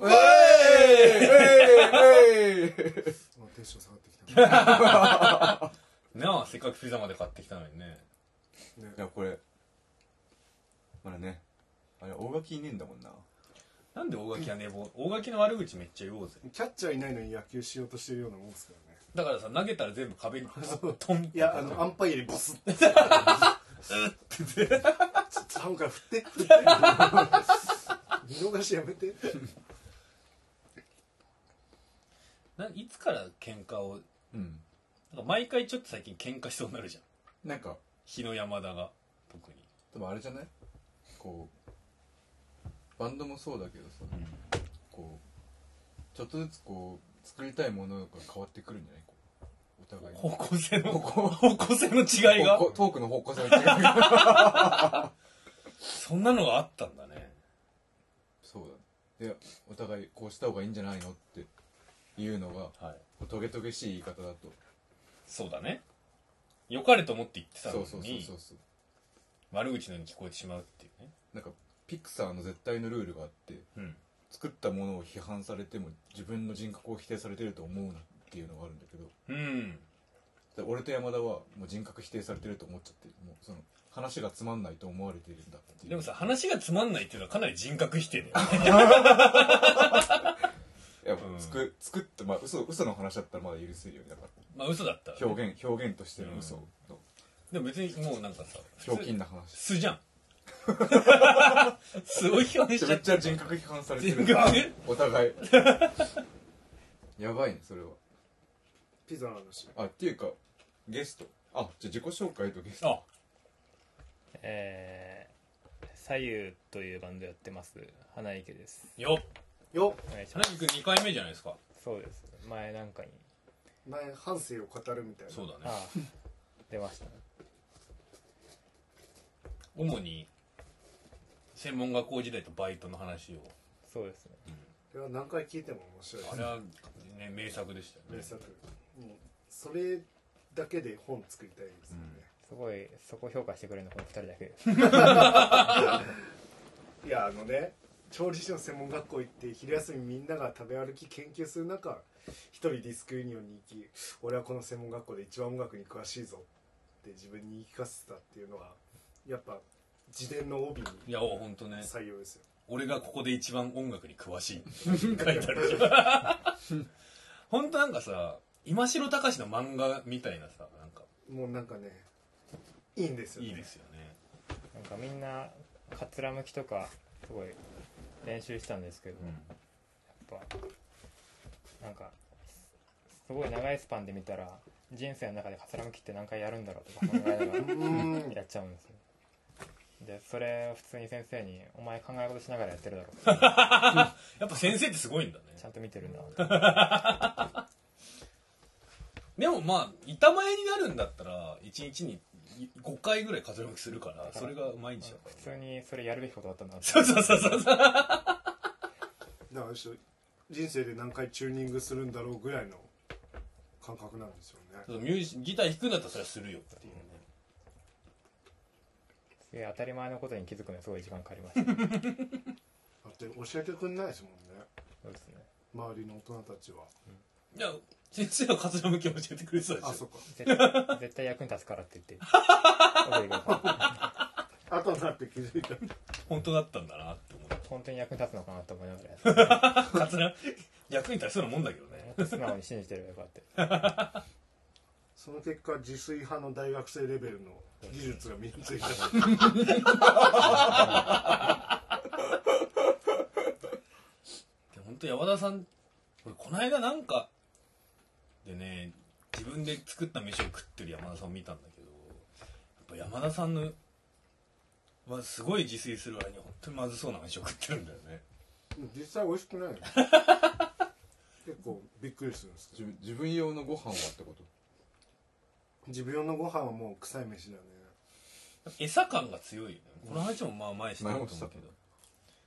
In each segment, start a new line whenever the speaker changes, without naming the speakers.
うえいえいえい
まあテンション下がってき たね
なあせっかくピザまで買ってきたのにね
いやこれまだねあれ大垣いねえんだもんな
なんで大垣は寝坊大垣の悪口めっちゃ言おうぜ
キャッチャーいないのに野球しようとしてるようなもんですからね
だからさ投げたら全部壁にトンって
いやあのアンパイアにボスってタウンから振って振って見逃しやめて
ないつから喧嘩を
うん
なんか毎回ちょっと最近喧嘩しそうになるじゃん
なんか
日の山田が特に
でもあれじゃないこうバンドもそうだけどさ、
ん
こうちょっとずつこう作りたいものが変わってくるんじゃないこうお互いに
方向性の
こ
方向性の違いが
こうトークの方向性が違う
そんなのがあったんだね
そうだでお互いこうした方がいいんじゃないのっていうのが
はい
こうトゲトゲしい言い方だと
そうだね良かれと思って言ってた
そうそ
の
うそう
に
そうそう
悪口のように聞こえてしまうっていうね
なんかピクサーの絶対のルールがあって
うん
作ったものを批判されても自分の人格を否定されてると思うなっていうのがあるんだけど
うん
で俺と山田はもう人格否定されてると思っちゃってるもうその話がつまんないと思われてるんだっていう
でもさ話がつまんないっていうのはかなり人格否定だよね
い
う
や
ん
つく作ってまあ嘘嘘の話だったらまだ許せるよねだか
まあ嘘だったらね、
ら表現表現としての嘘の
でも別にもうなんかさ
ひょうきんな話
素じゃんすごい批判しち
め
ゃっ
っちゃ
た
人格批判されてる
人格
お互いやばいねそれは
ピザの話
あっていうかゲストあじゃあ自己紹介とゲスト
あ
えー、左右というバンドやってます花池です
よっ
よ
お願いしま
花木
す
君2回目じゃないですか
そうです前なんかに
前反省を語るみたいな
そうだね
ああ 出ましたね
主に専門学校時代とバイトの話を
そうですね
これは何回聞いても面白い
あれは、ね、名作でしたよね
名作もうそれだけで本作りたいですよね、
すごいそこ評価してくれるのこの2人だけです
いやあのね調理師の専門学校行って昼休みみんなが食べ歩き研究する中一人ディスクユニオンに行き俺はこの専門学校で一番音楽に詳しいぞって自分に言い聞かせてたっていうのがやっぱ自伝の帯に
いやおほんとね
採用ですよ
俺がここで一番音楽に詳しいって書いてあるじゃんほんとなんかさ今城隆の漫画みたいなさなんか
もうなんかねいいんですよ、ね、
いいですよね
なんかみんなかつらむきとかすごい練習したんですけど、やっぱなんかすすごい長いスパンで見たら人生の中でかつらむきって何回やるんだろうとか考えながら
うーん
やっちゃうんですよでそれを普通に先生に「お前考え事しながらやってるだろ」
やっぱ先生ってすごいんだね
ちゃんと見てるな
でもまあ板前になるんだったら1日に5回ぐらい風向きするからそれが毎日だから
普通にそれやるべきことだったんだなって
そうそうそうそうそう
だからちょっと人生で何回チューニングするんだろうぐらいの感覚なんですよね
ミュージギター弾くんだったらそれはするよっていうね
すげえ当たり前のことに気づくのにすごい時間かかりました
だって教えてくんないですもんね
そうですね
周りの大人たちは
じゃあ先生は風向きを教えてくれてたでしょ
あそっか
絶対絶対役に立つからって言って教えてくださ
後になって気づいた
本当だったんだなって思
い本当に役に立つのかなと思いながらやっ
うカツラ役に立ちそうなもんだけど
ても
ね
っと素直に信じてればよかった
その結果自炊派の大学生レベルの技術が身についた
で本当山田さん俺この間なんかでね自分で作った飯を食ってる山田さんを見たんだけどやっぱ山田さんのはすごい自炊する割に本当にまずそうな飯を食ってるんだよね
実際美味しくない よ結構びっくりするんですけど
自分自分用のご飯はってこと
自分用のご飯はもう臭い飯だね
餌感が強いよねこの話もまあ前したと思うけど
前もした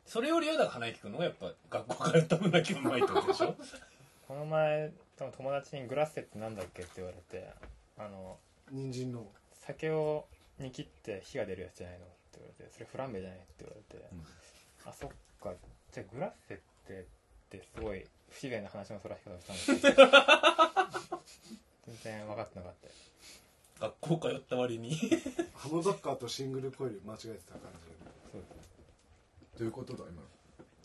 それよりはだから花池君の方がやっぱ学校から食べなきゃうまいってことでし ょ
この前多分友達に「グラッセってなんだっけ?」って言われてあの
人参の
酒を煮切って火が出るやつじゃないのって言われてそれフランベじゃないって言われて、
ん
あそっかじゃあグラッセってってすごい不自然な話のそらし方をしたんですけど全然分かってなかったです
学校通った割 に
ハムバッカーとシングルコイル間違えてた感じ
そうです
どういうことだ今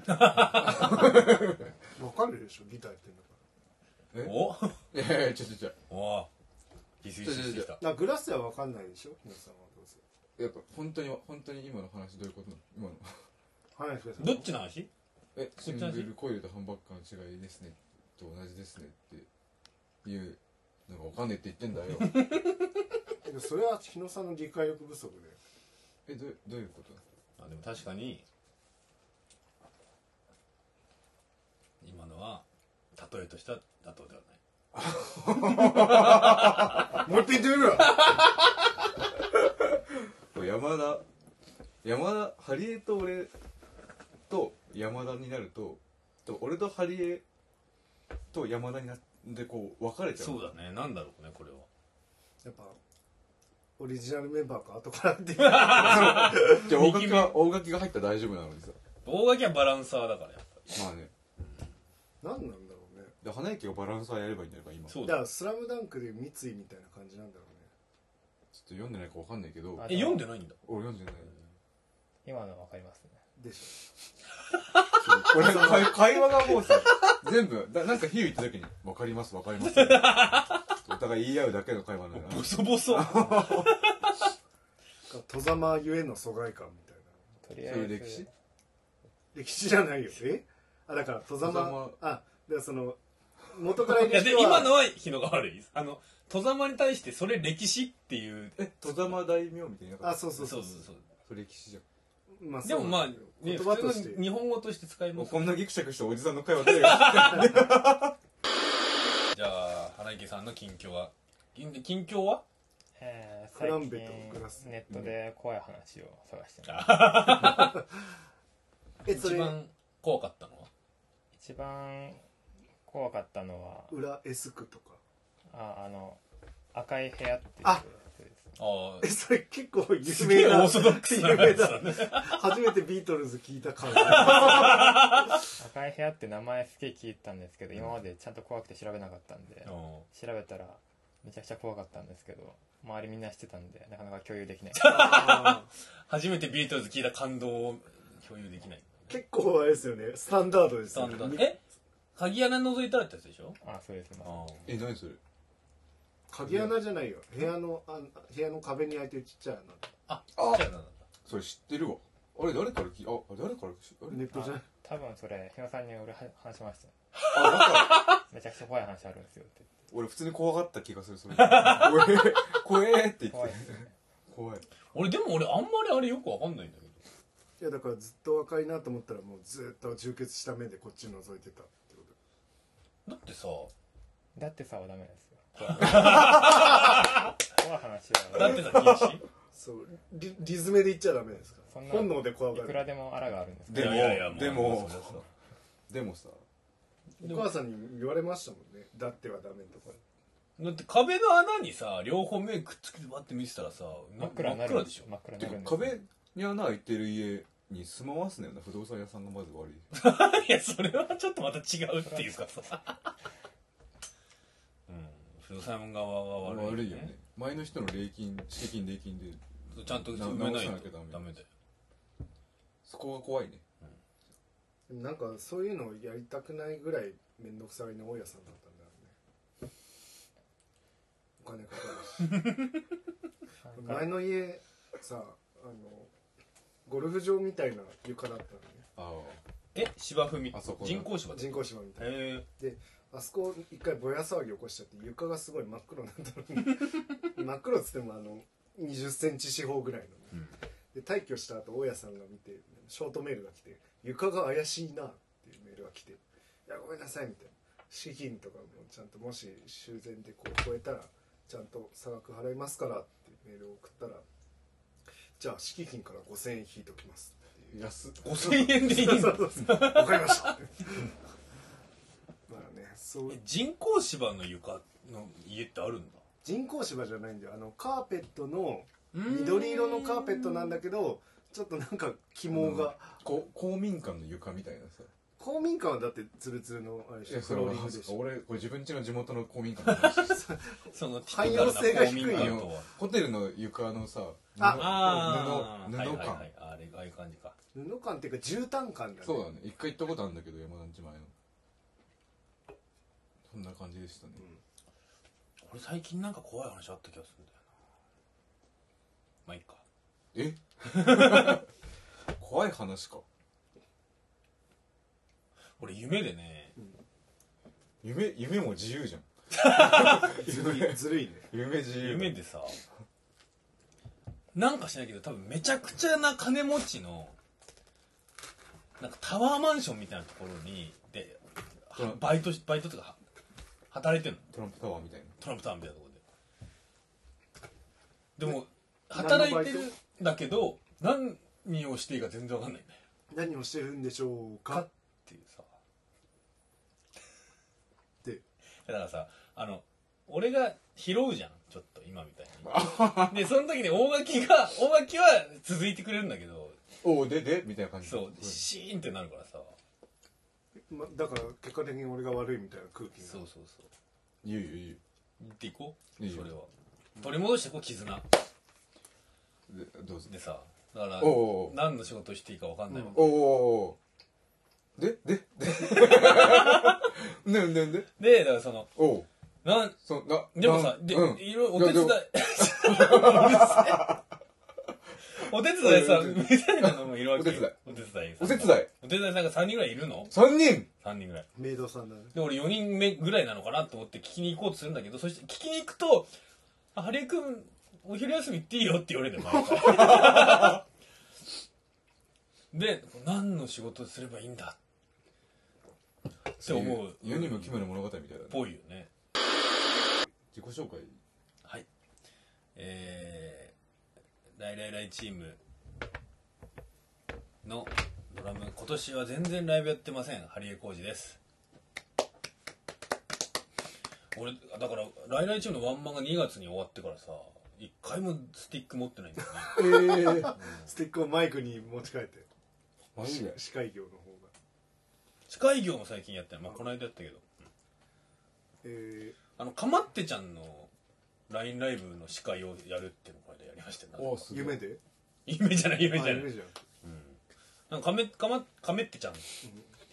の
わかるでしょギターやってんだか
お
いやいやちょちょちょ
おギスギスしてきた
らだからグラスはわかんないでしょ皆さんはどうせ
やっぱ本当に本当に今の話どういうことなの今の
花井福さん
どっちの話
え
そ
シ
っ
ン
ちの話
グルコイルとハンバッカーの違いですねと同じですねっていうのがわかんねえって言ってん だよ
でもそれは日野さんの理解力不足で
えどうどういうことなの
あでも確かに今のは例えとした妥当ではない
もう一回言ってみろ
これ山田山田ハリエと俺と山田になるとと俺とハリエと山田になってこう分かれちゃう
そうだねなんだろうねこれは
やっぱオリジナルメンバーか後から っていう
じゃあ大垣が大垣が入ったら大丈夫なのにさ
大垣はバランサーだからやっぱり
まあね
何なんだろうね
で花駅をバランサーやればいいんじゃないか今ちょ
そ
っ
うだ
だから「スラムダンクで三井みたいな感じなんだろうね
と読んでないか分かんないけど
あ
え読んでないんだ
俺読んでない
今のは分かりますね
でし
そうこれ会会話がもうさ全部だなんか比喩言った時に「分かります分かります」 お互い言い合うだけの会話なの
ボソボ ソ
ょ戸ざまゆえの疎外感みたいな
とりあ
そういう
え
歴史
ず
歴史じゃないよえあだから戸ざ
戸様
まあだからその元から
い
に
や
して
で
は
今のは日野が悪いですあの戸様に対してそれ歴史っていう
え戸様大名みたいな
あ
か
そうそうそう
そうそう
それ歴史じゃん
まあ
でもまあ、
そう
ね
なんだけ
普通
ど言葉として
の日本語として使い
もう
ます
こんなギクシャクしたおじさんの会話で
じゃあ花池さんの近況は近近況は
えー
フランベとグラ
最
ス
近ネットで怖い話を探してます、
えそ
一
れ
番怖かったのは
一番怖かったのは
裏エスクとか
ああの赤い部屋っていうや
あ
つですね
ああ
えそれ結構有
すげ
名
えオ
な
ーソドックスな
有
や
名
つだ
だ
ね
初めてビートルズ聞いた 感じ
赤い部屋って名前すげえ聞いたんですけど今までちゃんと怖くて調べなかったんで
うん
調べたらめちゃくちゃ怖かったんですけど周りみんなしてたんでなかなか共有できない
あー
初めてビートルズ聞いた感動を共有できない
結構あれですよねスタンダードですよね
え鍵穴覗いたらってやつでしょ
あそうですね
え何それ
鍵穴じゃないよ部屋のあ部屋の壁に開いてるちっちゃい
ああじゃあなんだ
それ知ってるわあれ誰から聞いああ誰から聞あ
穴
れ
ネットじゃない
多分それ日野さんに俺は話しました
あだから
めちゃくちゃ怖い話あるんですよって
俺普通に怖がった気がするそれ 怖え怖えって言って
怖 いですね
怖い
俺でも俺あんまりあれよくわかんないんだけど
いやだからずっと若いなと思ったらもうずっと充血した目でこっち覗いてたってこ
だってさ
だってさはダメです よ怖い怖い話
だ
は
ってさ禁止
とそうリリズムで言っちゃダメですか
そんな
本能で怖が
いく
る
らでもあらがあるんですけ
で
ど
も
いやいやいや
で
も
も
うそうそうそう
でもさ
お母さんに言われましたもんねだってはダメとか
だって壁の穴にさ両方目くっつけてバッて見てたらさ
真
な
っ暗に
真
な
っ
る
暗でしょ
真っ暗に
て
な
か
るんです
壁
よ
に穴開いてる家に住まわすのような不動産屋さんがまず悪い
いやそれはちょっとまた違うっていうかさうん不動産側が悪い
悪いよね前の人の礼金敷金礼金で
ちゃんと埋めない
直さな
と
きゃダメ
ダメだよ
そこが怖いね
でもなんかそういうのをやりたくないぐらい面倒くさいな大家さんだったんだよねお金かかるし
なんか
前の家さあのゴルフ場みたいな床だったのね
あ
え芝生み
あそこだ
人工芝
人工芝みたいな
え
あそこ一回ぼや騒ぎ起こしちゃって床がすごい真っ黒になった のね真っ黒っつってもあの2 0センチ四方ぐらいのね、
うん
で退去した後大家さんが見てショートメールが来て「床が怪しいな」っていうメールが来て「いやごめんなさい」みたいな資金とかもちゃんともし修繕でこう超えたらちゃんと差額払いますからっていうメールを送ったら「じゃあ敷金から5000円引いてお きます」っていう
安っ
ー、5000円でいいん
そ
だ
うそうそうわかり ましたってまあねそう
え人工芝の床の家ってあるんだ
人工芝じゃないんだよあのカーペットの緑色のカーペットなんだけどちょっとなんか起毛が
こ公民館の床みたいなさ
公民館はだってツルツルのあれで
い
しょ
やそ
フ
れは
ローリングでしょ
俺これ自分家の地元の公民館の話
その
汎用性が低いよ
ティ ピカルな公民館とは
ホテルの床のさ布
あ
布
あ
布
はいはいは
館
いあれああいう感じか
布館っていうか絨毯館だね
そうだね一回行ったことあるんだけど山田んち前のそんな感じでしたね
俺最近なんか怖い話あった気がするんだよなまあいいか
え怖い話か
俺夢でね
夢夢も自由じゃん
ずるいずるいね
夢自由
夢でさなんかしないけど多分めちゃくちゃな金持ちのなんかタワーマンションみたいなところにではバイトしバイトとかは働いてんの
トランプタワーみたいな
トランプタワーみたいなところででも働いてるんだけど何をしていいか全然わかんないんだよ
何をしてるんでしょう
か
か
っていうさ
で
だからさあの俺が拾うじゃんちょっと今み たいにでその時に大垣が大垣は続いてくれるんだけど
おおででみたいな感じ
そうシーンってなるからさ
ま、だから結果的に俺が悪いみたいな空気にな
そう
る
そうそう
言うよ言うよ
言っていこう
いいよ
それは取り戻してこう絆
でどうぞ
でさだから
おうおうおう
何の仕事していいか分かんないわけ
おおーで ででねんねんで
でだからその
おお
なん
そな
でもさ、
なん
で、
うん
いろいろお手伝い、
いや
お手伝いさ、
おいおいおい
みたいなのもいるわけ
お手伝い。
お手伝い。
お手伝い。
お手伝いなんか3人ぐらいいるの
3人
?3 人ぐらい。
メイドさんだね
で、俺4人目ぐらいなのかなと思って聞きに行こうとするんだけど、そして聞きに行くと、あハリエ君、お昼休み行っていいよって言われるのよ、毎回 で、何の仕事すればいいんだって思う。
世にも奇妙な物語みたいだね
ぽいよね。
自己紹介
はい。えー、ライライライチームのドラム、今年は全然ライブやってません。ハリエコージです。俺、だから、ライライチームのワンマンが2月に終わってからさ、一回もスティック持ってないんだよね。
ええスティックをマイクに持ち替えて
マジで
司会業の方が
司会業も最近やってない。まあ、この間やったけど。
え
あの、かまってちゃんの LINE ライブの司会をやるっていうのをこの間やりましたよ
お
な
おす
ー、
ごい
夢で
夢じゃない、夢じゃ
あ
ない
夢。じゃん
なんかかめかまかめってちゃんって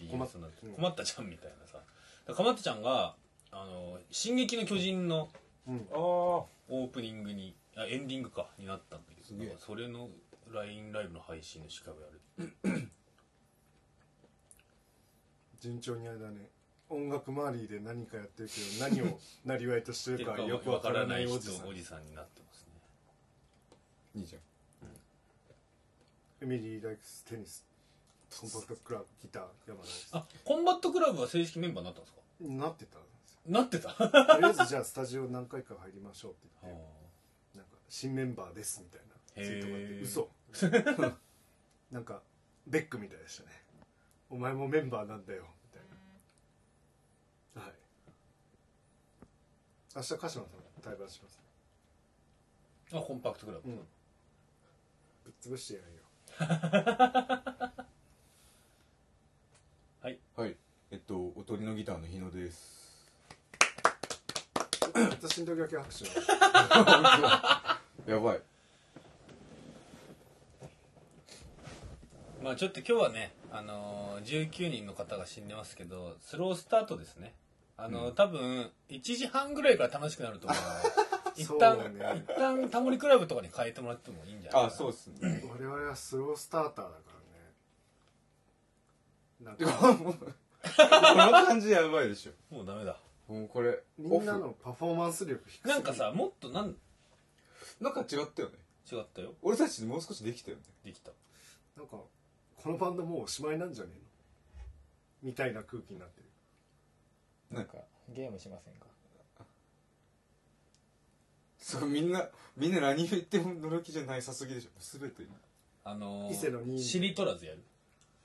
いう
困っ
その
うん
困ったちゃんみたいなさだからかまってちゃんが「あの進撃の巨人」の
うん
ああ
オープニングにあエンディングかになったんだけ
す
ど
げえ
なんかそれの LINE ライブの配信の司会をやる
順調にあれだね音楽周りで何かやってるけど何 をなりわいとしてるかよくわからないおじさん
おじさんになってますね
いいじゃん
エミリー・ライクス・テニスコンパクトクラブギター山田です
あコンバットクラブは正式メンバーになったんですか
なってたんですよ
なってたあ
とりあえずじゃあスタジオ何回か入りましょうって言
ー
ってなんか新メンバーですみたいなツイートがあって
へー
嘘 なんかベックみたいでしたねお前もメンバーなんだよみたいなはい明日鹿島さん対バンします
あコンパクトクラブ、
うんぶっ潰してやるよ
はいえっとおとりのギターの日野です
私の時だけ拍手なの
やばい
まあちょっと今日はね、あのー19人の方が死んでますけどスロースタートですねあのー多分1時半ぐらいから楽しくなると思うので一
そう
旦、
ね
一旦タモリクラブとかに変えてもらってもいいんじゃない
あそうっす ね
我々はスロースターターだからね
て
なん
か
か
もうこの感じやばいでし
もうダメだ
ょもうこれ
みんな
オ
のパフォーマンス力低すぎる
なんかさもっとなん
フなんか違ったよね
違ったよ
俺たちもう少しできたよね
できた
なんかこのバンドもうおしまいなんじゃねえのみたいな空気になってる
なんかゲームしませんか
そうみんなみんな何言っても乗る気じゃないさすぎでしょ全て
あのー
伊勢の人
しりとらずやる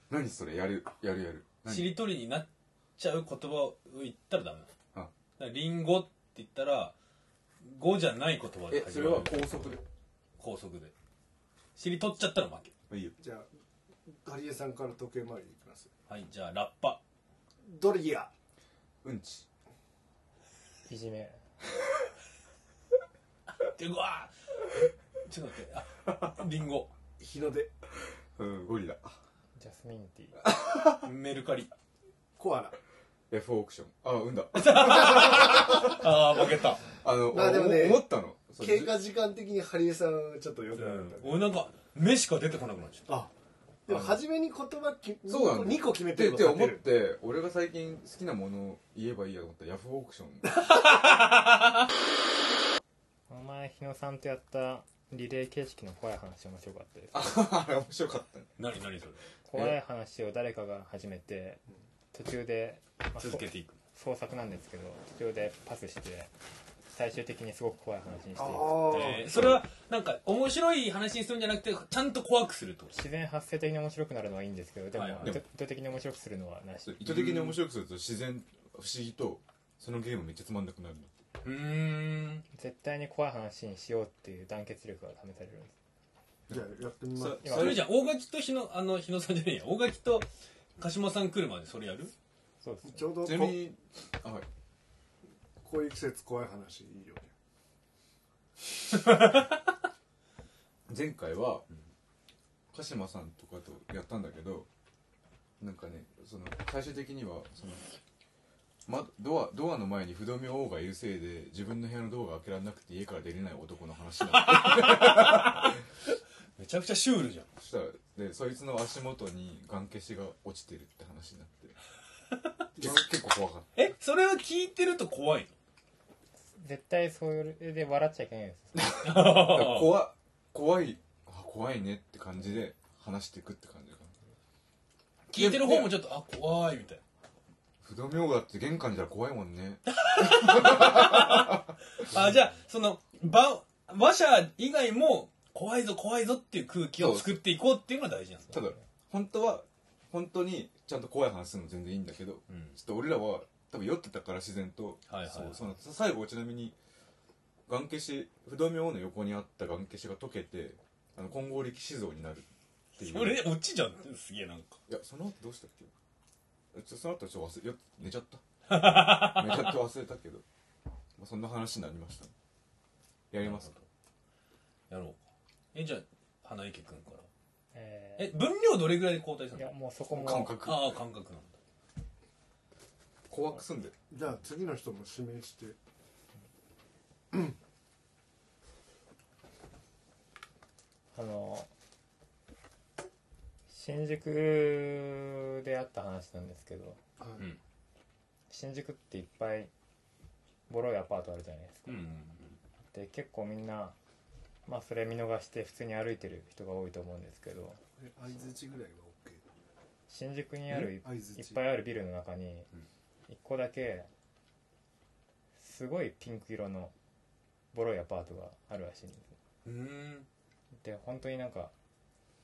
何それやるやるやる何
しりとりになっちゃう言葉を言ったらダメ
あ
だからリンゴって言ったら語じゃない言葉で
え
始
そ
ま
れ
る
は高速で
高速でしりとっちゃったら負け
いいよ
じゃあハリエさんから時計回りに行きます
はい。はいじゃあラッパ
ドリア
うんち
いじめ
でうわーちょっと待ってあリンゴ
日の出
うんゴリラ
ジャスミンティー
メルカリ
コアラ
F オークションあうんだ
ああ負けた
あの、
まあでもね
お思ったのそう
経過時間的にハリエさんちょっとよ
う
くなかっ
ん
たね、
俺なんか目しか出てこなくなっちゃった
あでも初めに言葉き
そうなの
2個決め
ってて
る
っ
の
て
立
思
て
っ
る
て俺が最近好きなものを言えばいいやと思ったらヤフオー クション
この前日野さんとやったリレー形式の怖い話面白かったです
あれ面白かったね
何何それ
怖い話を誰かが始めて途中で、まあ
続けていく
そう創作なんですけど途中でパスして最終的にすごく怖い話にしていく
あ
えーそれはなんか面白い話にするんじゃなくてちゃんと怖くするってこと
自然発生的に面白くなるのはいいんですけどでも,、
はいはい
意図意図的に面白くするのはなし
そう意図的に面白くすると自然不思議とそのゲームめっちゃつまんなくなるの
うーん
絶対に怖い話にしようっていう団結力が試されるんです
じゃあやってみます
さ
今
さ
それじゃあ大垣と日野あの日野さんじゃねえや大垣と鹿島さん来るまでそれやる
そうですね
ちょうど
ちなみ
こ
にあはい
こういう季節怖い話いいよね
前回は鹿島さんとかとやったんだけどなんかねその最終的にはその、ま、ドアドアの前に不動明王がいるせいで自分の部屋のドアが開けられなくて家から出れない男の話になって
めちゃくちゃシュールじゃん
そしたらでそいつの足元に眼消しが落ちてるって話になって結構結構怖かっ
えそれは聞いてると怖い
絶対それで笑っちゃいけないです
ただから怖怖いあ怖いねって感じで話していくって感じかな
聞いてる方もちょっとあ怖いみたい
不動明王だって玄関じゃ怖いもんね
なあじゃあその場話者以外も怖いぞ怖いぞっていう空気を作っていこうっていうのが大事なんです
た
ね
だ本当は本当にちゃんと怖い話するの全然いいんだけど
うん
ちょっと俺らは多分酔ってたから自然と、
はいはい
そうその最後ちなみに眼消し不動明王の横にあった眼消しが溶けてあの金剛力士像になるっていう
それ落ちちゃうすげえなんか
いやその後どうしたっけちょその後ちょっと忘れよ寝ちゃっ た寝ちゃって忘れたけど、まあ、そんな話になりましたねやりますか
やろうえじゃあ花池君から
えー
え分量どれぐらいで交代す
い
る
や
の
もうそこも
感覚
ああ感覚なんだ
怖くすんで
じゃあ次の人も指名して
あの新宿であった話なんですけど
は
う
い
ん
新宿っていっぱいボロいアパートあるじゃないですか
うん
で結構みんなまあそれ見逃して普通に歩いてる人が多いと思うんですけど
え相づちぐらいは OK
新宿にあるい
相づ
いっ
ち
ぱいあるビルの中に
うん
1個だけすごいピンク色のボロいアパートがあるらしいんです
うんうん
で本当になんか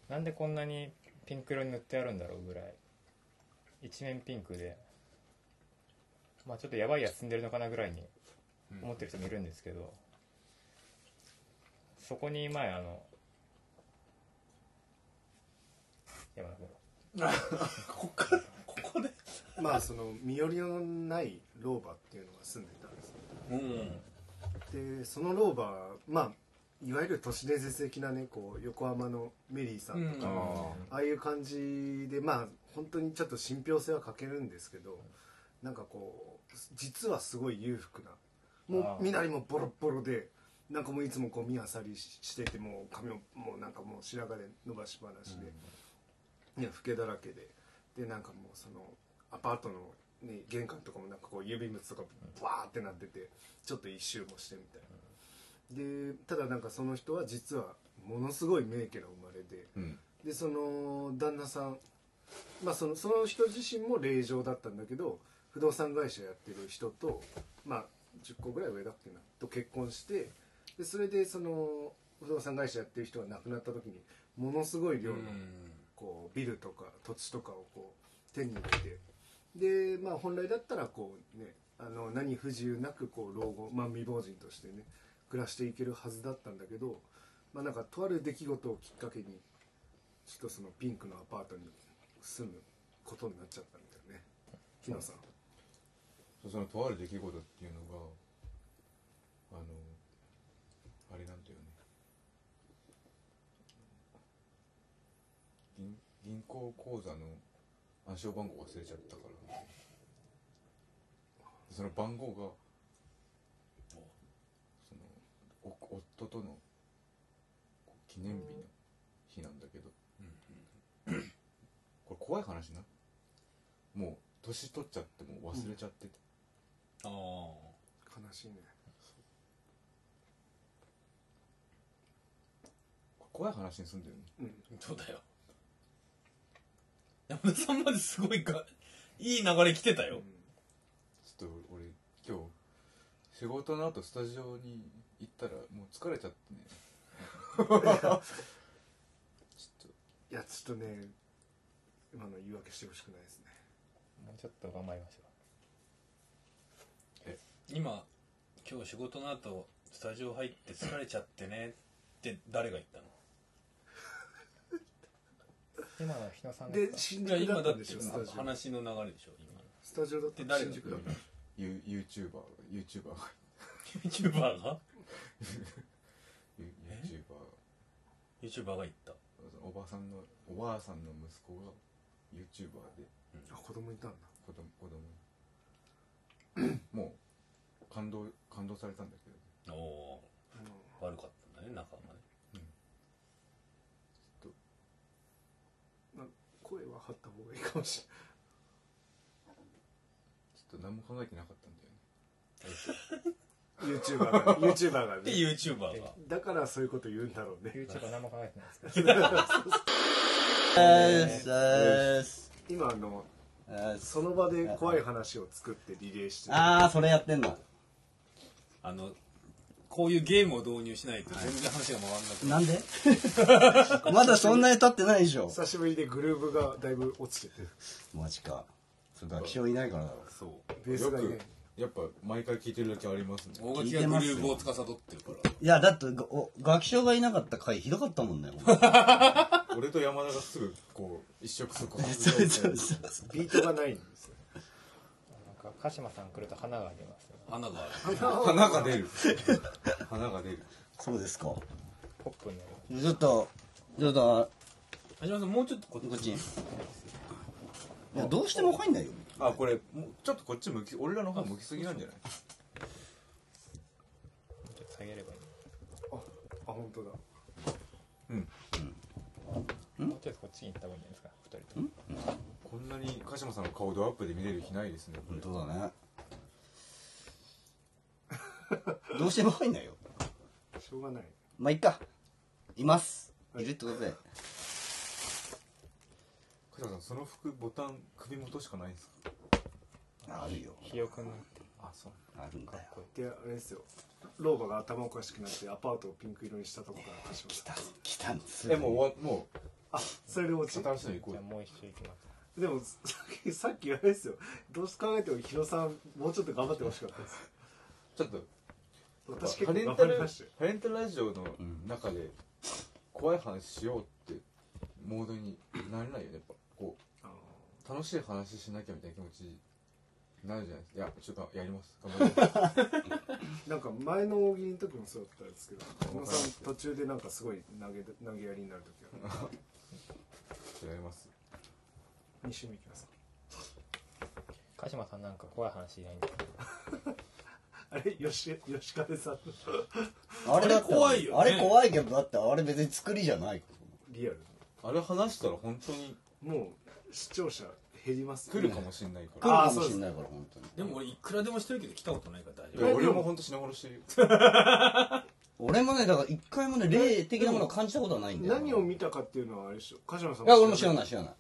なんでこんなにピンク色に塗ってあるんだろうぐらい一面ピンクでまあちょっとやばいやつ住んでるのかなぐらいに
うん
思ってる人もいるんですけど、そこに前あのやばい
ここからここで
まあその身寄りのない老婆っていうのが住んでたんです
うん
でその老婆まあいわゆる都市伝説的なねこう横浜のメリーさんとか、
うん
ああいう感じでまあ本当にちょっと信憑性は欠けるんですけどなんかこう実はすごい裕福なも
あ
う
ー
身なりもボロッボロでなんかもういつもこう見あさりししててもう髪をもうなんかもう白髪で伸ばしっぱなしで、いや老けだらけででなんかもうそのアパートの、ね、玄関とかもなんかこう郵便物とかバーってなっててちょっと一周もしてみたいな。でただなんかその人は実はものすごい名家の生まれで、
うん
でその旦那さん、まあ、そのその人自身も霊場だったんだけど不動産会社やってる人と、まあ、10個ぐらい上だっけなと結婚してでそれでその不動産会社やってる人が亡くなった時にものすごい量のこうビルとか土地とかをこう手に入れてで、まあ、本来だったらこう、ね、あの何不自由なくこう老後、まあ、未亡人としてね暮らしていけるはずだったんだけど、まあ、なんかとある出来事をきっかけにちょっとそのピンクのアパートに住むことになっちゃったんだよね木野さん
そのとある出来事っていうのがあのあれなんだよね銀銀行口座の暗証番号忘れちゃったからその番号がそのお夫とのこう記念日の日なんだけど、これ怖い話なもう年取っちゃってもう忘れちゃってて、
ああ
悲しいね
これ怖い話にすんだよね
うん
そうだよ山田さんまですごいかいい流れ来てたよ、
ちょっと俺今日仕事の後スタジオに行ったらもう疲れちゃってねちょっ
いやちょっとね今の言い訳してほしくないですね
もうちょっと頑張りましょ
今今日仕事の後スタジオ入って疲れちゃってねって誰が言ったの
う今の日野さんです
で新
か
いや
宿だ
今だ
った
っ
んで
て
しょスタジオ
話の流れでしょ今
スタジオだっ
で
た
誰
新
が
宿だった
と You- YouTuber が YouTuber
YouTuber
が
が
You- YouTuber が
YouTuber が言った
そのおばさんのおばあさんの息子が YouTuber で
あ子供いたんだ
子供子供 にもう感動感動されたんだけど
おおー悪かったんだね仲間ね
うんな声は張った方がいいかもし
ちょっと何も考えてなかったんだよね
れない YouTuber が YouTuber が
で
ね
YouTuber が
だからそういうこと言うんだろうね
YouTube 何も考えてないですけど
今あのその場で怖い話を作ってリレーしてる
ああ、それやってんだ。
あのこういうゲームを導入しないと全然話が回らなくな
なんで まだそんなに経ってないでしょ。
久しぶりでグルーブがだいぶ落ちてて
マジか。それ学長いないからだろ。
るそう
ベース
よ
がね
くやっぱ毎回聞いてるだけありますね
大垣がグルーブを司ってるから
いや、だって、お学長がいなかった回ひどかったもんね。
俺と山田がすぐこう一触即発
そうそうそう。
ビートがないんですよ
なんか鹿島さん来ると花が出ますよ
花がある
花が出る花が出る
そうですか。
ポップの
ちょっと、ちょっと、
橋本さんもうちょっとこ
こっ
っ
ち。いや、どうしても入んないよ。
あこれもうちょっとこっち向き俺らの方向きすぎなんじゃない
ちょっと下げればいい
ああ本当だ
もうちょっとこっちに行った方がいいんじゃないですか二人とも
こんなに鹿島さんの顔ドアップで見れる日ないですねこれ
本当だね。どうしても入んないよ。
しょうがない
まあ、いっか。います。いるってことで。
鹿島さんその服ボタン首元しかないんですか
あるよ。
ひよくんの
あそう
あるんだよ。
であれですよ老婆が頭おかしくなってアパートをピンク色にしたとこから貸しました
来たんです
えもう終わも
あそれで落ち
う新しいの行こう
じゃあ
よ
もう一周行きます
でもさっきさっきあれですよどうして考えてもヒロさんもうちょっと頑張ってほしかったです
ちょっと
私
タ
結
レ
構
ン
頑
タ
張
ル
りましたよ
タレンタルラジオの中で怖い話しようってモードになれないよねやっぱこ
あ
う楽しい話しなきゃみたいな気持ちになるじゃないですかいやちょっとやります頑張ります
ーなんか前の大喜利の時もそうだったんですけどヒロさん途中でなんかすごい投げ投げやりになる時ある
ちょっとやります
2周目いきますか
鹿島さんなんか怖い話いないんですか
あれ吉吉金さんの
あれだって
あれ怖いよね
あれ怖いけどだってあれ別に作りじゃない
リアル
あれ話したら本当に
もう視聴者減りますよ
来るかもしれないから、
あ
ある
ー
かもしれないから本当に
でも俺いくらでもしてるけど来たことないから大
い
丈
や
え
俺も本当死な殺してるよ
俺もねだから一回もね霊的なものを感じたことはないんだよ
何を見たかっていうのはあれでしょ鹿島さん
いや俺も知ら
い
ない知らない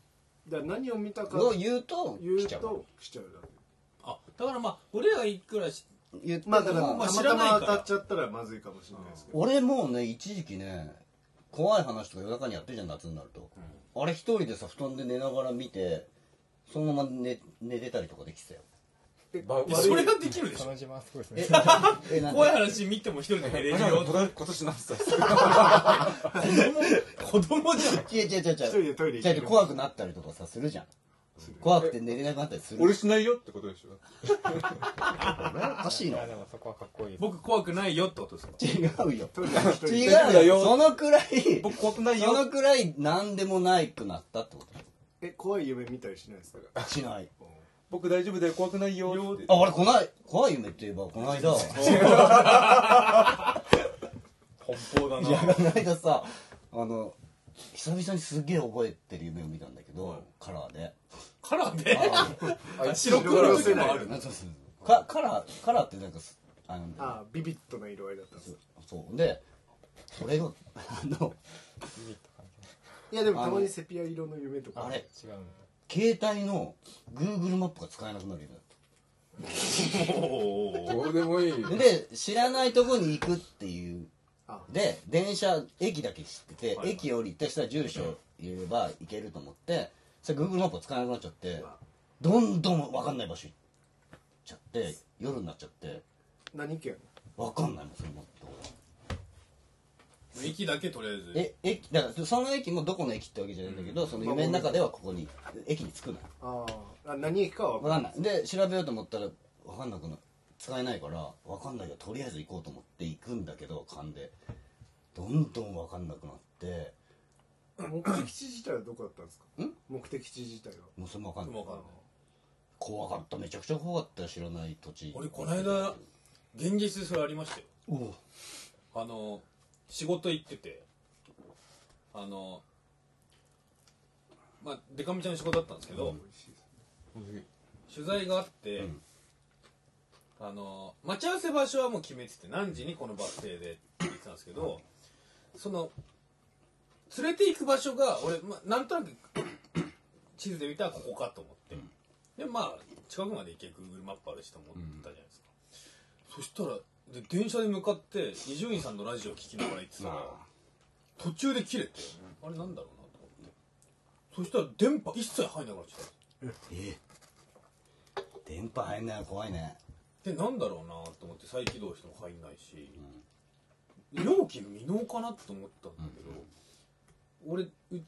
だから何を見たか
を言うと
言う
来ちゃう
と来ちゃうだけ
夫あだからまあ俺らがいくらし
言っても
まあだからた
まあ
ま
知
た
らないから
ま当たっちゃったらまずいかもしれないですけど
俺もうね一時期ね怖い話とか夜中にやってるじゃん夏になると、あれ一人でさ布団で寝ながら見てそのまま寝寝てたりとかできてたよ
ば悪い
それができるでし
そ
ょ
の自慢はすごいです
え
ね
えなんで
怖い話見ても一人で寝れるよ
今年何歳ですか
子供じゃん
違う違う違う違う
一人でトイレ行っ
違う
て
違う怖くなったりとかさするじゃん
する
怖くて寝れなくなったりする
俺しないよってことでしょ
おかしいな
やでもそこはかっこいいです
僕怖くないよってことですか
違うよ違
大丈夫だ
うよ
よ
そのくらい
僕怖くない
そ
よ
のくらい何でもないくなったってこ
え怖い夢見たりしないですか
としない
僕大丈夫だよ怖くないよって
あ俺こない怖い夢って言えばこの間
奔放だ
いや
な
この間さあの久々にすげえ覚えてる夢を見たんだけどカラーで
カラーで
あ
白
黒の
時
世
も
代
ある
あそうそうそうカカラーカラーってなんかすあの
ああビビッドな色合いだったんです
そうで俺のあの
ビビッと感
いやでもたまにセピア色の夢とか
あれ
じ違うんだ
携帯の Google マップが使えなくなる夢だっ
どうでもいい
たで知らないとこに行くっていう
あ
で電車駅だけ知ってて、
はいはい
駅降りてしたら住所言えば行けると思ってそれ Google マップが使えなくなっちゃってどんどん分かんない場所行っちゃって夜になっちゃって
何県
分かんないもんそれもっと
息だけとりあえず
え駅だからその駅もどこの駅ってわけじゃないんだけど、その夢の中ではここに駅に着くの
あああ何駅かは
分
分
か
か
ん
ん
な
ない
いで調べようと思ったら分かんなくな使えないから分かんないからとりあえず行こうと思って行くんだけど勘でどんどん分かんなくなって
目的地自体はどこだったんですか
ん
目的地自体は
もうそれも分かんな
も
い
うわかんない
怖かっためちゃくちゃ怖かったよ知らない土地
俺この間現実でそれありましたよ
おう
あの仕事行っててあのまあデカミちゃんの仕事だったんですけど、取材があって、
うん
あの待ち合わせ場所はもう決めてて何時にこのバス停でって言ってたんですけどその連れて行く場所が俺、まあ、なんとなく地図で見たらここかと思って、でまあ近くまで行け Google マップあるしと思ってたじゃないですか、そしたらで電車で向かって伊集院さんのラジオ聞きながら行ってたら
ま
途中で切れて、あれなんだろうなと思ってそしたら電波一切入んなくなっちゃった
あえ電波入んないの怖いね
でなんだろうなと思って再起動しても入んないし、容器未納かなと思ったんだけど、俺う引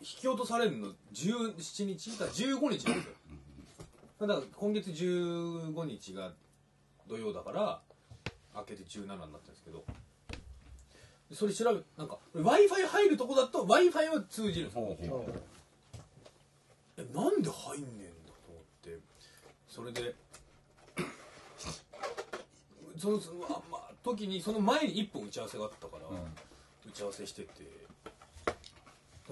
き落とされるの17日か15日なんですよ、だから今月15日が土曜だから明けて17になったんですけどでそれ調べなんか w i f i 入るとこだと w i f i は通じるんですよ
ほうほ
えなんで入んねえんだと思ってそれで そのそのあ、まあ、時にその前に1本打ち合わせがあったから、打ち合わせしてて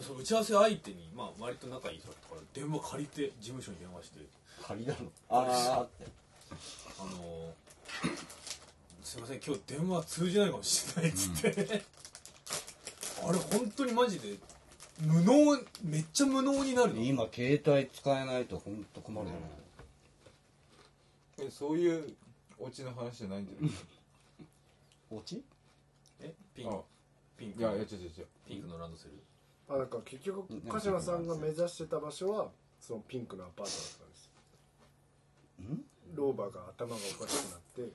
その打ち合わせ相手に、まあ、割と仲いい人だったから電話借りて事務所に電話して
う仮だろああって
「あの すいません今日電話通じないかもしれない」っつって、 あれ本当にマジで無能めっちゃ無能になるの
今携帯使えないと本当困るよね
えそういうオチの話じゃないんじゃない
おち
えピン
あ
クピン
い
ク
やいや違う違う違う
ピンクのランドセル
あだから結局鹿島さんが目指してた場所はそのピンクのアパートだったんです老婆が頭がおかしくなって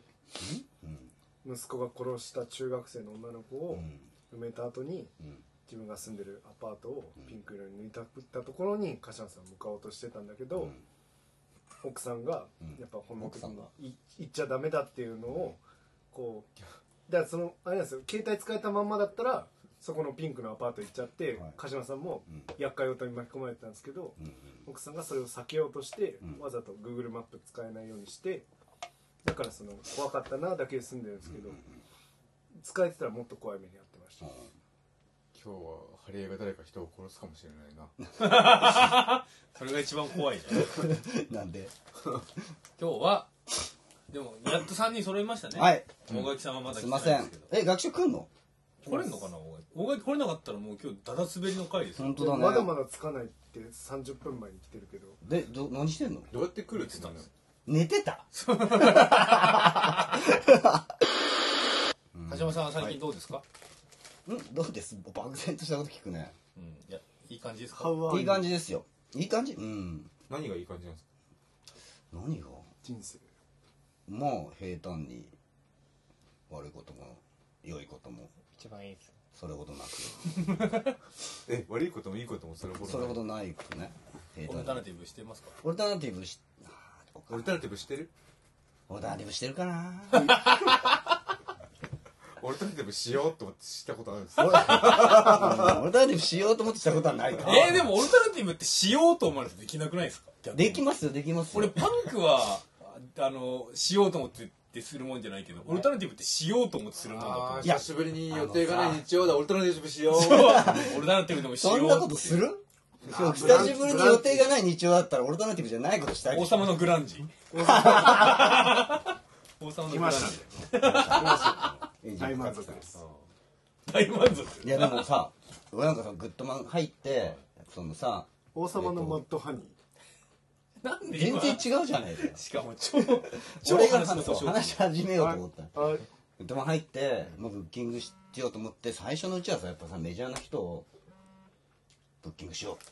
息子が殺した中学生の女の子を埋めた後に
ん
自分が住んでるアパートをピンク色に塗りたくったところに鹿島さん向かおうとしてたんだけど奥さんが
ん
やっぱ本
奥さんが
い行っちゃダメだっていうのをこうだからそのあれなんですよ携帯使えたまんまだったらそこのピンクのアパート行っちゃって、
はい
鹿島さんも
ん
厄介事に巻き込まれてたんですけど、
うん
奥さんがそれを避けようとして、
ん
わざと Google マップ使えないようにしてだからその怖かったなだけで済んでるんですけど、使えてたらもっと怖い目に遭ってました、
今日はハリエが誰か人を殺すかもしれないな
それが一番怖いじゃん
なんで
今日はでもやっと3人揃いましたね
はい
大垣さんはまだ
すい
来
ま
てな
せ
い
ん
ですけど
え学習来んの
来れんのかな大垣大垣来れなかったらもう今日ダダ滑りの回ですよ
本当だね
まだまだつかないって30分前に来てるけど
でど何してんの
どうやって来るって言ったの
寝てた
鹿島さんは最近どうですか、
んどうです漠然としたこと聞くね
うんいやいい感じですか
ハワ
い
イ
い感じですよいい感じうん
何がいい感じなんですか
何が
人生
まあ平坦に悪いことも良いことも
一番いいです
それほどなく
え悪いこともいいこともそれほど
それほ
ない
どないくねえー
オ
と
ルタナティブしてますか
オルタナティブしあーどうか
オルタナティブ知ってる
オルタナティブしてる かな
オルタナティブしようと思って知ったことあるんです
オルうんオルタナティブしようと思ってしたことはないか
えー、でもオルタナティブってしようと思われてできなくないですか逆に
できますよできますよ
俺パンクはああのしようと思ってってするもんじゃないけどオルタナティブってしようと思ってするもんだと思
あ
う
あ
いや
久しぶりに予定がない日曜 だオルタナティブしよう
オルタナティブでもしよ
そ
うん
なことする
あ
久しぶりに予定がない日曜だったらオルタナティブじゃないことしたい
王様のグラン ジ王様の
来
グラ
ま
ンジ
したね来ました
いいじゃん
大満足です
大満足
いやでもさ俺なんかさグッドマン入ってそのさ
王様のマッドハニー
なんで
全
今
然違うじゃないですか
しかも超 超
俺が
話の
そう
途中
話し始めようと思った
あ
グッドマン入って、まあ、ブッキングしようと思って最初のうちはさやっぱさメジャーな人をブッキングしよう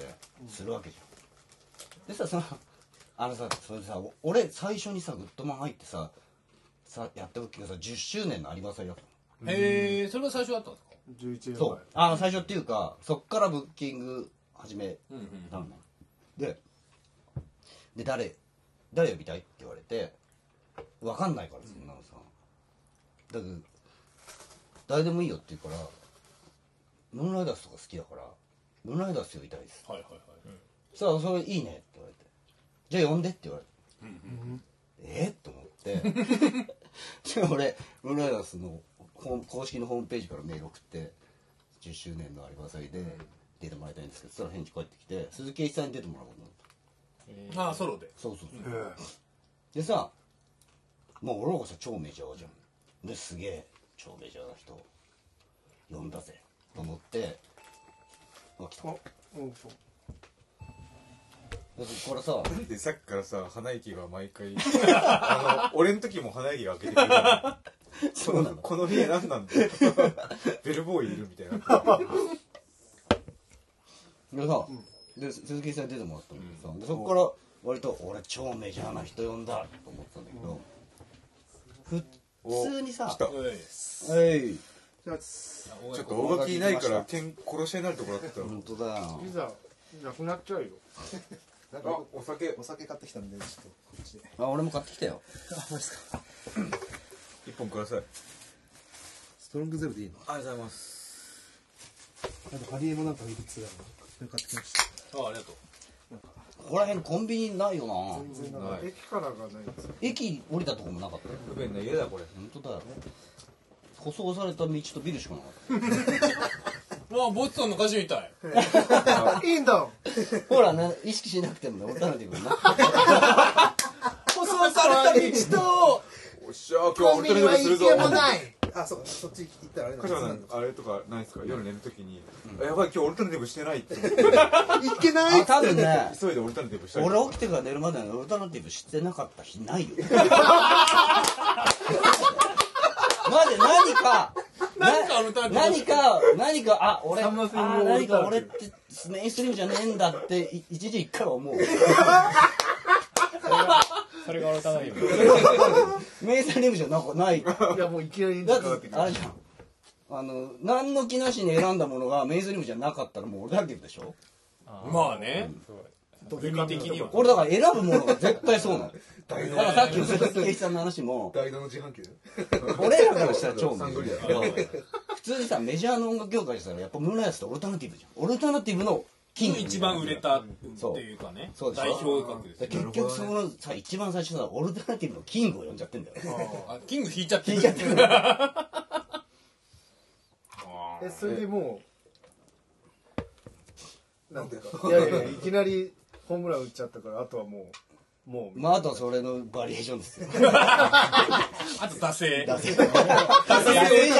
と思ってするわけじゃん、でさそのあのさそれでさお俺最初にさグッドマン入ってささやったブッキングがさ10周年のアニバーサリーだったの
へえそれが最初だったんですか
11年
そうあの最初っていうかそっからブッキング始め
うんうん
たのね、でで誰誰呼びたいって言われて分かんないからそんなのさ、だけど誰でもいいよって言うからムーンライダースとか好きだからムーンライダース呼びたいです
はいはいはい
さあそれいいねって言われてじゃあ呼んでって言われて、えっと思ってで俺ムーンライダースのホーム公式のホームページからメール送って10周年のアニバーサリーで出てもらいたいんですけどそしたら返事返ってきて鈴木一さんに出てもらうことになった
え
ああソロで
そうそうそう、
ええ
でさもう俺らこそ超メジャーじゃんですげえ超メジャーな人呼んだぜと思ってうわ来た
あうんそう
でそこからさ
なんでさっきからさ鼻息が毎回あの俺の時も鼻息が開けてくるの
そ
こ
うな
の
の
この部屋何なんだ よベルボーイいるみたいな
でさ、で鈴木さんに出てもらったんだけどさ、でそこから割と俺超メジャーな人呼んだと思ってたんだけど、
お
普通にさ
来た
おい
えい
じゃあピ
あおい
ちょっと大垣いないから剣殺し合いになるところだった
本当だよ
ザなくなっちゃうよ
なんか
あお酒
お酒買ってきたんでちょっとこっちで
あ俺も買ってきたよ
一本ください
ストロングゼロでいいの
ありがとうございます
なんかハリエもなんかいるっつうだろそれ買ってきました
あありがとう
ここら辺コンビニないよな
全然なんか駅からがないんですよ
駅降りたとこもなかったよ
不便な家だこれ
本当だよ舗装された道とビルしかなかっ
わあボッツォンの歌手みたい
あいいんだ
たほらな意識しなくてもね俺たちもな
舗装された道と
おっしゃ今日は俺とにかくするぞ
いあそうかそっち行ったらあれだ
カシマさんあれとかないですか夜寝るときに、あやばい今日オルタナティブしてないって思って
いけな
あ多分ね
急いでオルタナティブしたい
俺起きてから寝るまでのオルタナティブ知ってなかった日ないよ まで何か
何かオルタナティブ
何か何かあ俺あ
さんまさんの
ー
オルタナティ
何
ブ
か俺ってメインストリームじゃねえんだってい一時一回は思う
それがオルタナティ ブ
メインストリームじゃなくないだ
いやもういきなり
ってあれじゃんあの何の気なしに選んだものがメインストリームじゃなかったらもうオルタナティブでしょ
まあね
すごい
ルミ的には
俺だから選ぶものが絶対そうなのだからさっきの鈴木圭一さんの話も
大道の自販機で
俺らからしたら超メジャ
サ
ーだよ普通にさメジャーの音楽業界でしたらやっぱムーンライダースってオルタナティブじゃんオルタナティブの金
一番売れたっていうかね
そうそうでし
代
ょ
表格です
だ
よ
から結局そのさ一番最初さオルタナティブのキングを呼んじゃってんだよ
あキング引いちゃって
聞
る
いちゃってるだ
えそれでもうなんていうかいやいやいやいきなりホームラン打っちゃったからあとはもうもう
まああとはそれのバリエーション ですよ
あと 惰性
惰性じ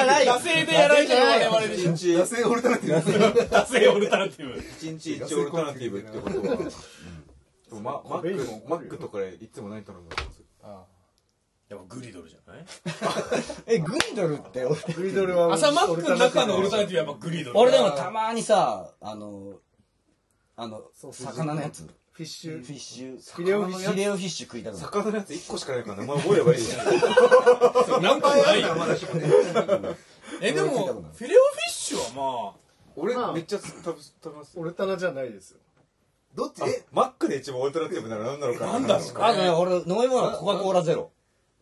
ゃないよ
惰性でやられてる我々でし ょ
一日
野生オルタナティブ
惰性オルタナティブ
一日一オルタナティブってことは、でもママックのマックとかでいつも何頼むの
やっぱグリドルじゃない
えグリドルって俺
グリドルは
朝マックの中のオルタナティブはやっぱグリドル
俺でもたまにさあのあの
そう
魚のやつ
フィッシ
フ
ュ
ィッシュ
フィレオフィッシュ
フィレオフィッシュ食いたくなる
魚のやつ1個しかないから名前覚えればいいじゃん
何個もないよえでもフィレ
俺は聞いた
オ
こと
フィ
ない
ッシュはまあ
俺
まあ
めっちゃ食べ食べます
オルタナじゃないですよ
どっち
あ
え
マックで一番オートラティブなら何なのかな。なんだろう
あとね、俺、飲み物はコカ・コーラゼロ。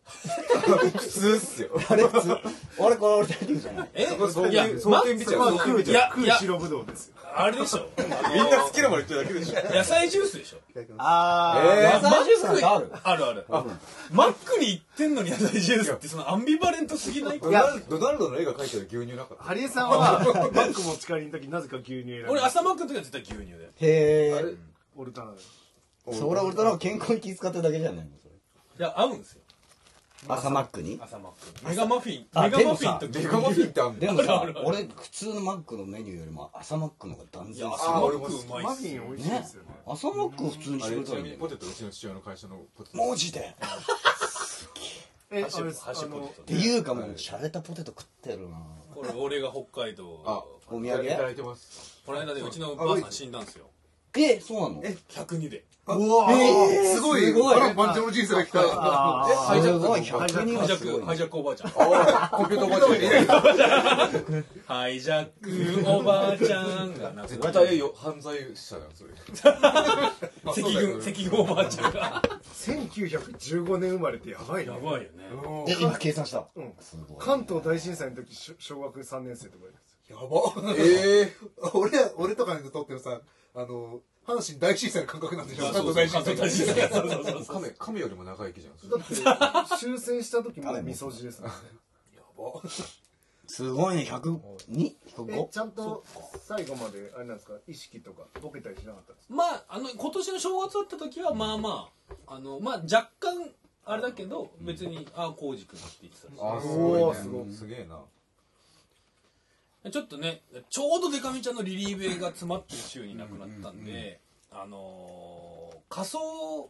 普通っすよ。
あれ、普通。俺、これ、俺、大丈夫じ ゃない。
え
そこそう
いや
いう
マ
そういう
ッ
見
ク
ちゃう
まあ
そういう見
食う
ち
いやいや
白ぶどうですよ
あれでしょ
みんな好きなもの言ってるだけでしょ。
野菜ジュースでしょ
あ
ー
野菜ジュースなんかある
あるあるマックに行ってんのに野菜ジュースってそのアンビバレントすぎない
ドナルドナルドの絵が描いてある牛乳なかった。
ハリエさんはマック持ち帰りの時なぜか牛乳選ぶ
俺朝マックの時は絶対牛乳で
へ
あれ
え。
オルタナで
それ俺との健康に気遣ってるだけじゃないのそれ
いや合うんですよ
朝マックに
朝マックメガマフィンメ
あ
ガマフィンと牛
デ
乳
カマフィンってあん
で
の
もさ
あるある
俺普通のマックのメニューよりも朝マックの方が断
いや
然好
朝マックうまい
マ
っ
フ
すよ
ィン美味し
き
い
ね
ですよね
朝マックを普通に
あ
してく
れ
れ
ち
た
な
らい
み
い
に
んだ
ポ
よ
テトうちの父親の会社のポテト
マジで
え
ハッシ
あ
ュ
れ
ハッシュポテト
っていうかもう洒落たポテト食ってるな
これ俺が北海道
あ
お土
いただ
産
いてます
この間でうちのおばあさん死んだんですよ
えそうなのえ
102で
うわえ
すごい
すごい
あら万丈の人生が来たえハイジャ
す
ック
ごい
ハイジャッ
100
ハイ
人は
ジャ
す
ッ
ごい
クハイジャックおばあちゃん
ク コンピューターおばあちゃんいない
ハイジャックおばあちゃんが亡くな
絶
った
対よ犯罪者だよそ れあ
赤
そうだよ
軍赤軍おばあちゃんが
1915年生まれってやばい
や
な
ばいよね
うん
え今計算した
うん
すごい
関東大震災の時しょ小学3年生とかです
やば
ええ
俺ら俺とかにとってのさあの阪神大震災の感覚なんでしょ
そう
関
そう
東大震災
関東大そうそうそうそう
亀亀よりも長生きじゃんそれ
だって終戦した時も味噌汁ですもんね
すごいね102
え
105?
ちゃんと最後まであれなんですか意識とかボケたりしなかったんですか
まあ、あの、今年の正月だった時は、まあまあ、あの、まあ、若干、あれだけど、別に、ああ、こうじくんって言ってたし
あす
お
ご
ーすご
い
い
ねすげえな
ちょっとね、ちょうどデカミちゃんのリリーベが詰まってる週に亡くなったんで、あのー仮装、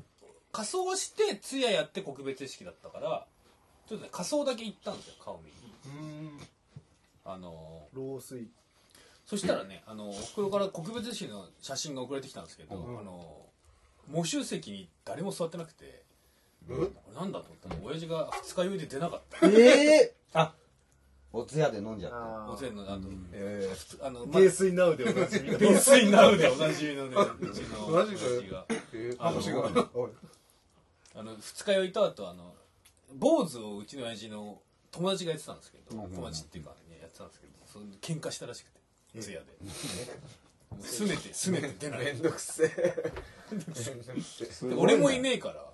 仮装して、通夜やって告別式だったから、ちょっとね、仮装だけ行ったんですよ、顔見に。あのー
老衰
そしたらね、あの、おふくろから告別式の写真が送られてきたんですけど、あの、喪主席に誰も座ってなくて、これなんだと思ったら、親父が二日酔いで出なかった。
ええあお通夜で飲んじゃった
あ
お前の、あの、
ええ
あの、
ー
ま
泥酔ナウでおなじ み
泥酔なうでおなじみ のね、うちの
マジかよ
親父が。
ええ
あの
話が
おい
あの、二日酔いとあと、あの、坊主をうちの親父の友達がやってたんですけど、友達っていうか、ね、やってたんですけど、その喧嘩したらしくて、通夜で。もうすねて、すねて出なかった
めんどくせえめんどくせえ
で俺もいねえから、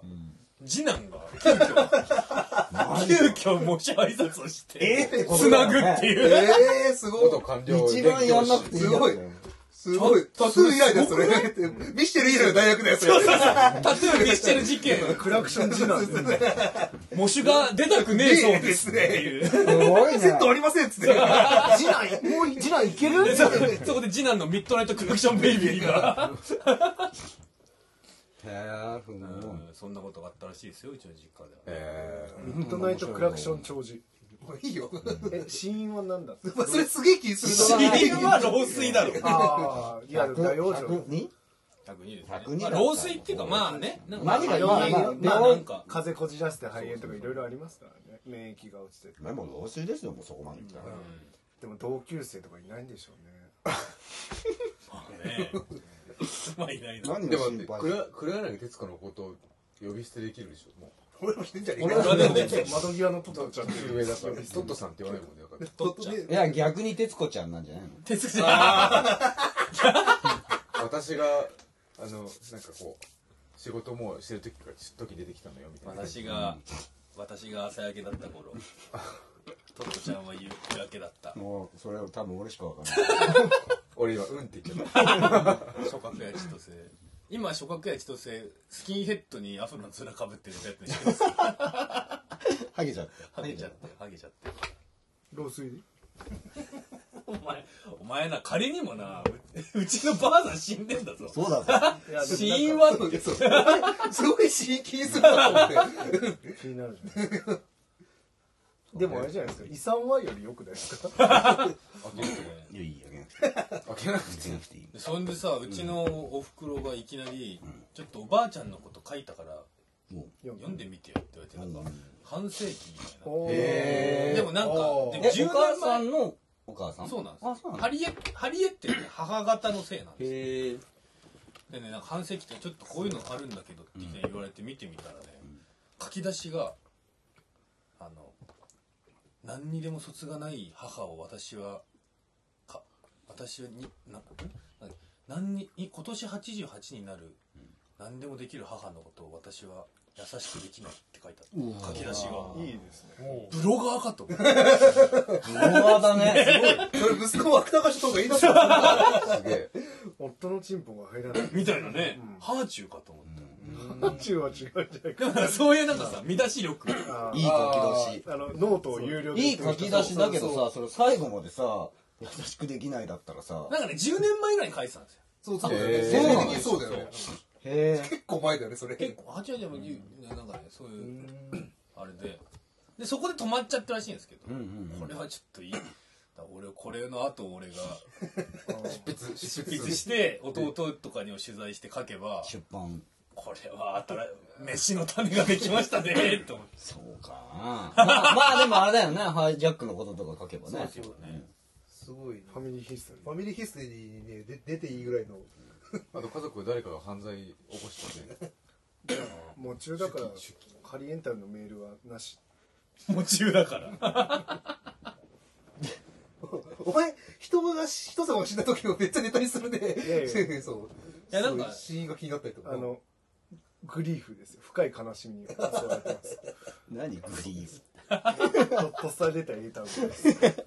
次男が急遽急遽模写挨拶をして
え
つなぐっていう、
えー、すご
元
い
官僚
一番やんなくていい
す
や
ご
つ
いすごいタトゥー以来だよそれ見してる以来の大学だよそれ
タトゥー消してる事件
クラクション次男ですね
模写が出たくねえそうですっていう
すごい
セッ
ね
トありませんっつって
次男もう次男いける
でそそこで次男のミッドナイトクラクションベイビーが、
へえふん
うんそんなことがあったらしいですようちの実家では、
ええ
ミッドナイトクラクション長寿
もういいよ
え死因は何だ
まあそれすげえ気にするな
死因は老衰だろ
ああいや大養生
102?
102です
102
ね、ま
だ
あ、老衰っていうかまあねなんか
何がまあまあ
まあなんか
風邪こじらせて肺炎とかいろいろありますからね免疫が落ちて
でも老衰ですよもうそこまでいったら
でも同級生とかいないんでしょうね
ねまあいないな
何
で
が
も
心配
黒黒柳徹子のことを呼び捨てできるでしょも
俺もしてんじゃねえ
俺
か
はでもね
窓際のト
う
トちゃんっていう
上だからトットさんって言わないもんねだから
とっちゃう
いや逆に徹子ちゃんなんじゃないの
哲ちゃん
私があのなんかこう仕事もうしてる時から時出てきたのよみたいな
私が私が朝焼けだった頃トットちゃんは夕焼けだった
もうそれは多分俺しかわからない
俺今うんって言っちゃった
諸角や千歳今諸角や千歳スキンヘッドにアフロの面かぶってるタイプの人 です
ハゲちゃった
ハゲちゃってハゲちゃって
老衰で
お前お前な仮にもなううちのばあさん死んでんだぞ
そうだぞ
死因はって
すごい死因気にするなと思って
気になるじゃないでもあれじゃないですか遺産はよりよくないですか
いやいいよね
開けなくて
別になくていい
でそんでさうちのおふくろがいきなり、ちょっとおばあちゃんのこと書いたから
も
読んでみてよって言われてなんか半世紀みたいな
お
でもなんか
う
で
え
10
お母
年
さ
前
んのお母さん
そうなんです
あそうなんだ
ハリエハリエってね母方のせいなんですよ
へえ
でねなんか半世紀ってちょっとこういうのあるんだけどってね言われて見てみたらね書き出しがあの何にでも卒がない母を私はか私にななんだっけ何にい今年88になる何でもできる母のことを私は優しくできないって書いてあった書き出しが
いいですね
ブロガーかと思って
ブロガーだね。
それ息子を芥川賞取った方がいいなって
すげえ。
夫のチンポが入らない
みたいなね、ハーチューかと思って、
中は違うじゃない
でも
か
なんか そういうなんかさ見出し力
あ
いい書き出し。
あのノートを有料で
いい
売
書
って
き
る人
出しだけどさ、それ最後までさ、優しくできないだったらさ。
なんかね10年前ぐらいに書いてたんですよ
そうそうだよね。
へー
年齢的にそうだよね。
へえ。
結構前だよね、それ。
結構八王子も言うなんかねそういうあれででそこで止まっちゃったらしいんですけど、
うんうん
これはちょっといいだから俺これの後俺 が
別に
執筆して弟とかにも取材して書けば
出版。
これは新飯の種ができましたねと思って
そうかな。まあ、まあでもあれだよね。ハイジャックのこととか書けばね。
すごいね。
ファミリーヒストリ
ファミリーヒストリーにね、で出ていいぐらいの。
あと家族誰かが犯罪起こしてて
ーもう中だからカリエンタルのメールはなし
夢中だ から
お前、人が、人様が死んだ時もめっちゃネタにするね。
やい
そう。
いやなんか
死因が気になったりとか。
あのグリーフですよ深い悲しみ に襲われてます
何グリーズ。
とっさに出た英単語です